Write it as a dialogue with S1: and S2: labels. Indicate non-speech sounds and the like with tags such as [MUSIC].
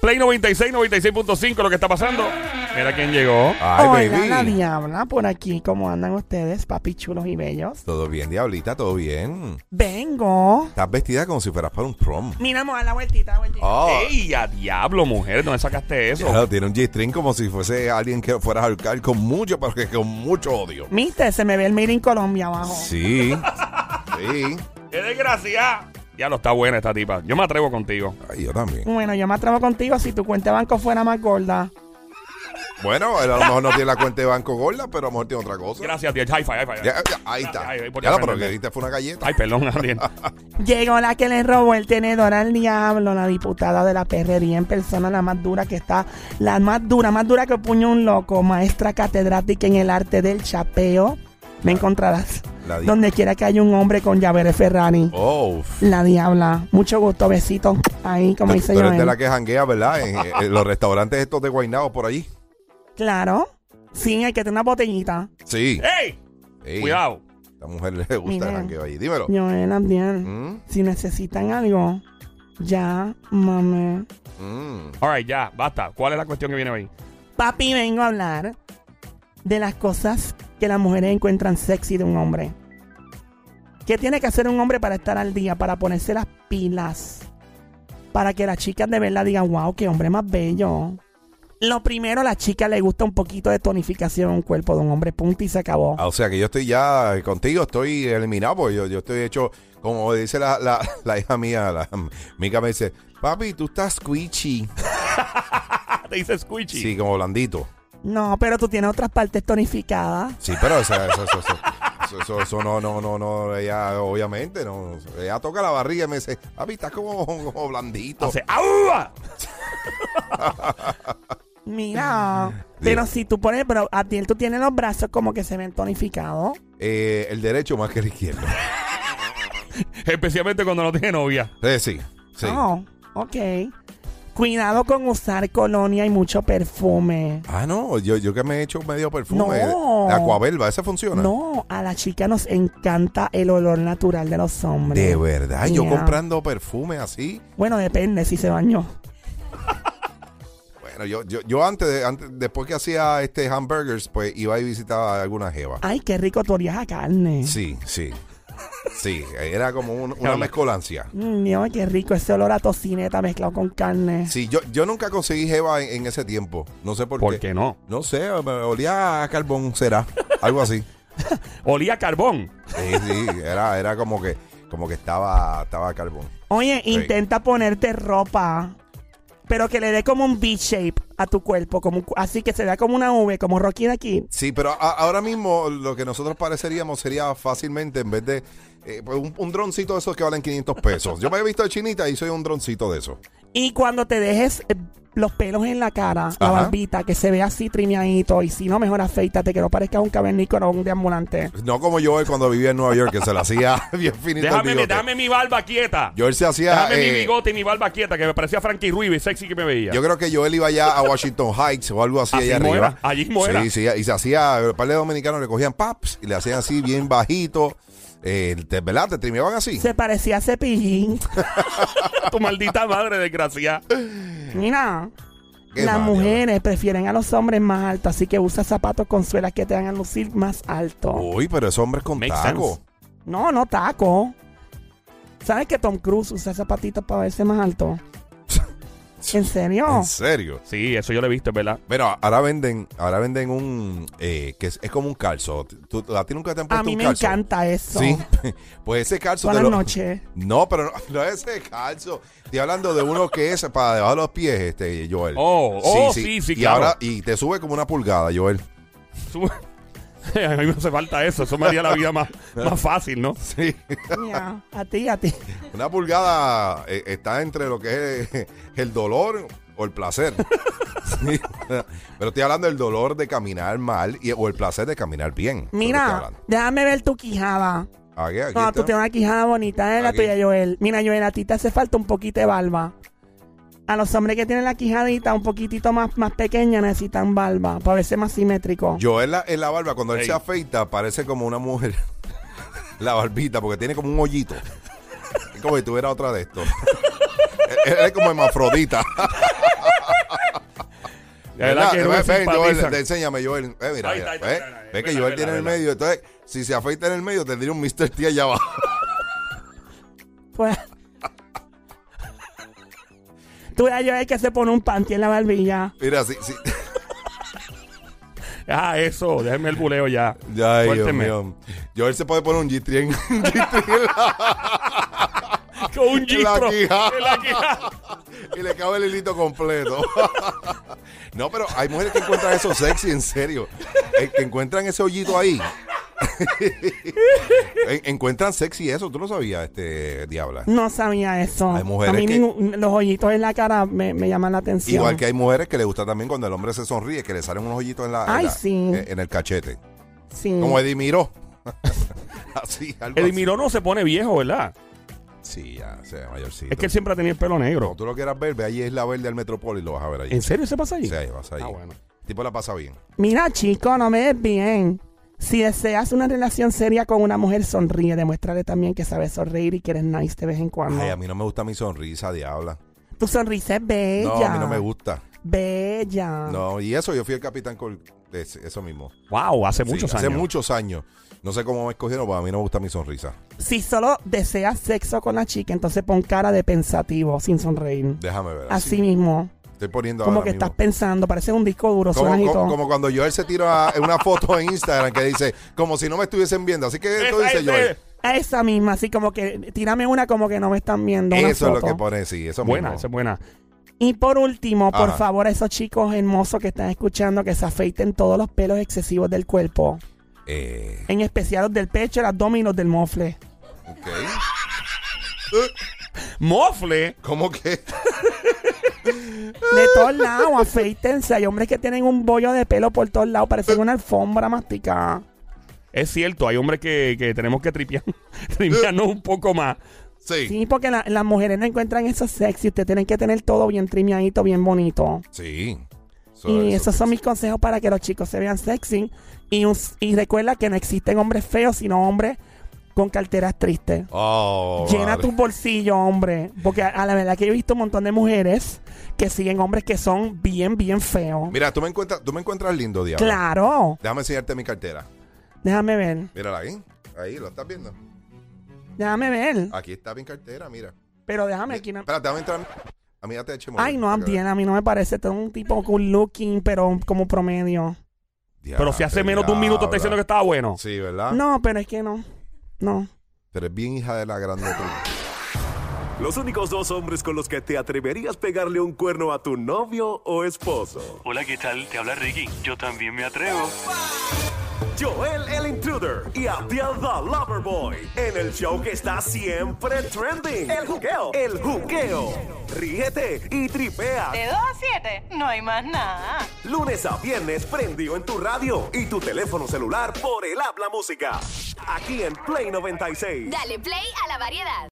S1: Play 96, 96.5, lo que está pasando. Mira quién llegó.
S2: Ay,
S3: Hola, la
S2: baby.
S3: diabla, por aquí, ¿cómo andan ustedes, papi chulos y bellos?
S2: Todo bien, diablita, todo bien.
S3: Vengo.
S2: Estás vestida como si fueras para un prom.
S3: Mira, vamos a dar la vueltita, la vueltita.
S2: Oh.
S1: ¡Ey, a diablo, mujer! ¿Dónde sacaste
S2: [LAUGHS]
S1: eso?
S2: Claro, tiene un G-string como si fuese alguien que fuera a ahorcar con mucho, pero que con mucho odio.
S3: Mister, se me ve el Made in Colombia abajo.
S2: Sí. Sí.
S1: ¡Qué desgracia! Diablo, está buena esta tipa. Yo me atrevo contigo.
S2: Ay, yo también.
S3: Bueno, yo me atrevo contigo si tu cuenta de banco fuera más gorda.
S2: Bueno, él a lo mejor no tiene la cuenta de banco gorda, pero a lo mejor tiene otra cosa.
S1: Gracias, tío. High five, high five.
S2: Ya, ya, ahí está.
S1: Ay, ay, por
S2: Ya, pero
S1: defenderme.
S2: que diste fue una galleta.
S1: Ay, perdón,
S2: [LAUGHS]
S1: Ariel.
S3: Llegó la que le robó el tenedor al diablo, la diputada de la perrería en persona, la más dura que está, la más dura, más dura que puño un loco, maestra catedrática en el arte del chapeo. Me encontrarás
S2: La di-
S3: donde quiera que haya un hombre con llavere Ferrari.
S2: Oh,
S3: La diabla. Mucho gusto, besito. Ahí, como
S2: pero
S3: dice
S2: tú eres de
S3: Joel.
S2: la que janguea, ¿verdad? En, en los restaurantes estos de Guaynabo por allí.
S3: Claro. Sí, hay que tener una botellita.
S2: Sí.
S1: ¡Ey!
S2: Sí.
S1: Eh, Cuidado.
S2: A esta mujer le gusta el
S3: Mira.
S2: jangueo allí. Dímelo.
S3: Joel también.
S2: Mm,
S3: Si necesitan algo, ya, mame.
S2: mm.
S1: All right, ya, basta. ¿Cuál es la cuestión que viene hoy?
S3: Papi, vengo a hablar de las cosas que las mujeres encuentran sexy de un hombre. ¿Qué tiene que hacer un hombre para estar al día? Para ponerse las pilas. Para que las chicas de verdad digan, wow, qué hombre más bello. Lo primero, a la chica le gusta un poquito de tonificación en un cuerpo de un hombre, punto y se acabó.
S2: Ah, o sea que yo estoy ya eh, contigo, estoy eliminado, porque yo, yo estoy hecho, como dice la, la, [LAUGHS] la hija mía, la, [LAUGHS] Mica me dice, papi, tú estás squishy. Ah,
S1: Te dice Squishy.
S2: Sí, como blandito.
S3: No, pero tú tienes otras partes tonificadas.
S2: Sí, pero o sea, eso, eso, eso, eso, eso- eso no, no, no, no, ella obviamente no. Ella toca la barriga y me dice, papi, estás como, como blandito.
S1: Hace ¡Aua!
S3: Mira,
S2: Diga.
S3: pero si tú pones, pero a ti tú tienes los brazos como que se ven tonificados.
S2: Eh, el derecho más que el izquierdo.
S1: Especialmente cuando no tiene novia.
S2: Eh, sí, sí.
S3: Oh, ok. Cuidado con usar colonia y mucho perfume.
S2: Ah, no, yo, yo que me he hecho medio perfume.
S3: No.
S2: La Acuabelva, esa funciona.
S3: No, a la chica nos encanta el olor natural de los hombres.
S2: De verdad, yo
S3: Mira.
S2: comprando perfume así.
S3: Bueno, depende si se bañó.
S2: Bueno, yo, yo, yo antes, de- antes, después que hacía este hamburgers, pues iba y visitaba alguna jeva.
S3: Ay, qué rico tu olías a carne.
S2: Sí, sí. Sí, era como un- una
S1: Habla.
S2: mezcolancia.
S3: Mm, Dios, qué rico ese olor a tocineta mezclado con carne.
S2: Sí, yo, yo nunca conseguí jeva en, en ese tiempo. No sé por,
S1: ¿Por
S2: qué.
S1: qué no?
S2: No sé, me olía a carbón, será. Algo así.
S1: Olía a carbón.
S2: Sí, sí, era, era como que, como que estaba, estaba carbón.
S3: Oye,
S2: Sí.
S3: intenta ponerte ropa, pero que le dé como un V-shape a tu cuerpo, como un cu- así que se vea como una V, como Rocky de aquí.
S2: Sí, pero a- ahora mismo lo que nosotros pareceríamos sería fácilmente, en vez de eh, pues, un, un droncito de esos que valen 500 pesos. Yo me he visto de chinita y soy un droncito de esos.
S3: Y cuando te dejes eh, los pelos en la cara, la
S2: Ajá.
S3: barbita, que se vea así trimeadito, y si no, mejor afeítate, que no parezca un cavernícola o un deambulante.
S2: No como Joel cuando vivía en Nueva York, que se la hacía [LAUGHS] bien finito el
S1: Déjame,
S2: bigote.
S1: déjame mi barba quieta.
S2: Joel se hacía...
S1: Déjame mi
S2: eh,
S1: bigote y mi barba quieta, que me parecía Frankie Ruiz, y sexy que me veía.
S2: yo creo que Joel iba ya a Washington Heights o algo así,
S1: Así
S2: allá
S1: mismo
S2: arriba.
S1: era, allí mismo era.
S2: Sí, sí, y se hacía, el par de dominicanos le cogían paps y le hacían así bien bajito. Eh, te, ¿Verdad? Te trimeaban así.
S3: Se parecía a Cepillín.
S1: [LAUGHS] tu maldita madre, desgraciada.
S3: Mira,
S2: Qué
S3: las
S2: mal,
S3: mujeres prefieren a los hombres más altos, así que usa zapatos con suelas que te hagan lucir más alto.
S2: diablo. Uy, pero esos hombres con
S1: Makes
S2: taco.
S1: sense.
S3: No, no taco. ¿Sabes que Tom Cruise usa zapatitos para verse más
S2: [LAUGHS]
S3: alto? ¿En serio?
S2: En serio.
S1: Sí, eso yo lo he visto, es ¿verdad?
S2: Pero ahora venden, ahora venden un eh, que es, es como un calzo. ¿Tú, ¿A ti nunca te han puesto
S3: A mí
S2: un
S3: me
S2: calzo?
S3: encanta eso.
S2: Sí, [LAUGHS] pues ese calzo
S3: Todas
S2: te
S3: las
S2: lo- [LAUGHS]
S3: noches.
S2: No, pero no, no es ese calzo. Estoy hablando de uno que es para debajo de los pies, este, Joel.
S1: Oh, oh, sí, sí,
S2: y
S1: claro.
S2: Ahora, y te sube como una pulgada, Joel.
S1: Sube. [LAUGHS] A mí me hace falta eso, eso me haría la vida más, más fácil, ¿no?
S2: Sí.
S3: Mira, a ti, a ti.
S2: Una pulgada eh, está entre lo que es eh, el dolor o el placer. [LAUGHS] Sí. Pero estoy hablando del dolor de caminar mal y, o el placer de caminar bien. Eso es lo que
S3: Mira,
S2: estoy hablando.
S3: déjame ver tu quijada.
S2: Aquí, aquí
S3: No, tú
S2: está.
S3: tienes una quijada bonita, ¿eh? La
S2: Aquí.
S3: tuya, Joel. Mira, Joel, a ti te hace falta un poquito de barba. A los hombres que tienen la quijadita un poquitito más, más pequeña necesitan barba para verse más simétrico.
S2: Yo en la, en la barba, cuando él
S1: Ey.
S2: [LAUGHS] se afeita, parece como una mujer. la barbita, porque tiene como un hoyito. Es como si tuviera otra de estos. [LAUGHS] Él es como hermafrodita.
S1: La verdad que
S2: eh, Ve,
S1: no me
S2: ve, ven, Joel,
S1: simpatizan.
S2: te- enséñame, Joel. Ve, mira,
S1: Ahí
S2: mira,
S1: está, ahí está,
S2: ve,
S1: ahí está, ahí
S2: ve que
S1: está,
S2: Joel
S1: vela,
S2: tiene en el
S1: vela.
S2: medio. Entonces, si se afeita en el medio, tendría un Mr. T allá abajo. [LAUGHS]
S3: Pues. Tú eres yo el que se pone un panty en la barbilla.
S2: Mira, sí, sí.
S1: Ah, eso, déjenme el buleo ya.
S2: Ya, Dios
S1: Suélteme.
S2: mío. Joel se puede poner
S1: [LAUGHS]
S2: un G3 en, [LAUGHS] un G3 en
S1: Con un
S2: [LAUGHS] la,
S1: gistro.
S2: quija
S1: en la [LAUGHS] quija.
S2: [LAUGHS] y le cabe el hilito completo. [LAUGHS] no, pero hay mujeres que encuentran eso sexy, en serio. Eh, Que encuentran ese hoyito ahí. [LAUGHS] En- encuentran sexy eso, tú lo sabías, este Diabla.
S3: No sabía eso.
S2: Hay mujeres
S3: A mí
S2: que-
S3: ningún- los hoyitos en la cara me, me llaman la atención.
S2: Igual que hay mujeres que les gusta también cuando el hombre se sonríe, que le salen unos hoyitos en la, en
S3: Ay,
S2: la-
S3: sí.
S2: eh, en el cachete.
S3: Sí.
S2: Como Eddie Miró. [LAUGHS] así, algo
S1: El
S2: así.
S1: Miró no se pone viejo, ¿verdad?
S2: Sí, ya, se ve mayorcito.
S1: Es que él siempre ha tenido el pelo negro.
S2: Cuando tú lo quieras ver, ve ahí es la verde al Metrópolis y lo vas a ver ahí.
S1: ¿En serio se pasa allí?
S2: Sí, ahí vas ahí.
S1: Ah, bueno.
S2: El tipo la pasa bien.
S3: Mira, chico, no me ves bien. Si deseas una relación seria con una mujer, sonríe. Demuéstrale también que sabes sonreír y que eres nice de vez en cuando.
S2: Ay, a mí no me gusta mi sonrisa, diabla.
S3: Tu sonrisa es bella.
S2: No, a mí no me gusta.
S3: Bella.
S2: No, y eso yo fui el capitán con eso mismo.
S1: Wow, hace
S2: Sí,
S1: muchos
S2: hace
S1: años.
S2: muchos años. No sé cómo me escogieron, pero a mí no me gusta mi sonrisa.
S3: Si solo deseas sexo con la chica, entonces pon cara de pensativo, sin sonreír.
S2: Déjame ver.
S3: Así mismo.
S2: Estoy poniendo
S3: Como
S2: ahora
S3: que
S2: mismo.
S3: estás pensando, parece un disco duro,
S2: Como,
S3: suenas y
S2: como-
S3: todo.
S2: como cuando Joel se tira una foto en Instagram que dice, como si no me estuviesen viendo. Así que
S1: Esa
S2: tú dices,
S1: es de-
S2: Joel.
S3: A Esa misma, así como que tírame una como que no me están viendo. una
S2: Eso es lo
S3: foto.
S2: que pone, sí. Eso
S1: Buena,
S2: mismo.
S1: esa es buena.
S3: Y por último, por
S2: Ajá.
S3: favor, a esos chicos hermosos que están escuchando, que se afeiten todos los pelos excesivos del cuerpo,
S2: Eh,
S3: en especial los del pecho, el abdomen y los del mofle.
S2: ok.
S1: Mofle.
S2: ¿Cómo que? [LAUGHS]
S3: De todos lados, afeítense. Hay hombres que tienen un bollo de pelo por todos lados, parecen una alfombra masticada.
S1: Es cierto, hay hombres que, que tenemos que tripear, [LAUGHS] tripearnos un poco más.
S2: Sí. Sí.
S3: Sí, porque la- las mujeres no encuentran eso sexy. Ustedes tienen que tener todo bien trimeadito, bien bonito.
S2: Eso-
S3: Y
S2: eso- pues.
S3: esos son mis consejos para que los chicos se vean sexy. Y, un- y recuerda que no existen hombres feos, sino hombres con carteras tristes.
S2: Oh,
S3: Llena
S2: vale.
S3: tus bolsillos, hombre. Porque a, a la verdad que yo he visto un montón de mujeres que siguen hombres que son bien, bien feos.
S2: Mira, tú me encuentras, tú me encuentras lindo, diablo.
S3: Claro.
S2: Déjame enseñarte mi cartera.
S3: Déjame ver.
S2: Mírala ahí. Ahí, lo estás viendo.
S3: Déjame ver.
S2: Aquí está mi cartera, mira.
S3: Pero déjame aquí. no-
S2: Espérate, déjame entrar. A mí ya te eché
S3: Ay, no, bien, a mí no me parece. Todo un tipo good looking, pero como promedio.
S1: Pero si hace menos de un minuto está diciendo que estaba bueno.
S2: Sí, ¿verdad?
S3: No, pero es que no. No.
S2: Pero es bien hija de la grande
S4: Los únicos dos hombres con los que te atreverías pegarle un cuerno a tu novio o esposo.
S5: Hola, ¿qué tal? Te habla Ricky. Yo también me atrevo.
S4: Joel el Intruder y Abdiel the Loverboy. En el show que está siempre trending. El juqueo. El juqueo. Ríete y tripea.
S6: De 2 a 7, no hay más nada.
S4: Lunes a viernes prendido en tu radio y tu teléfono celular por el habla música. Aquí en Play 96.
S7: Dale play a la variedad.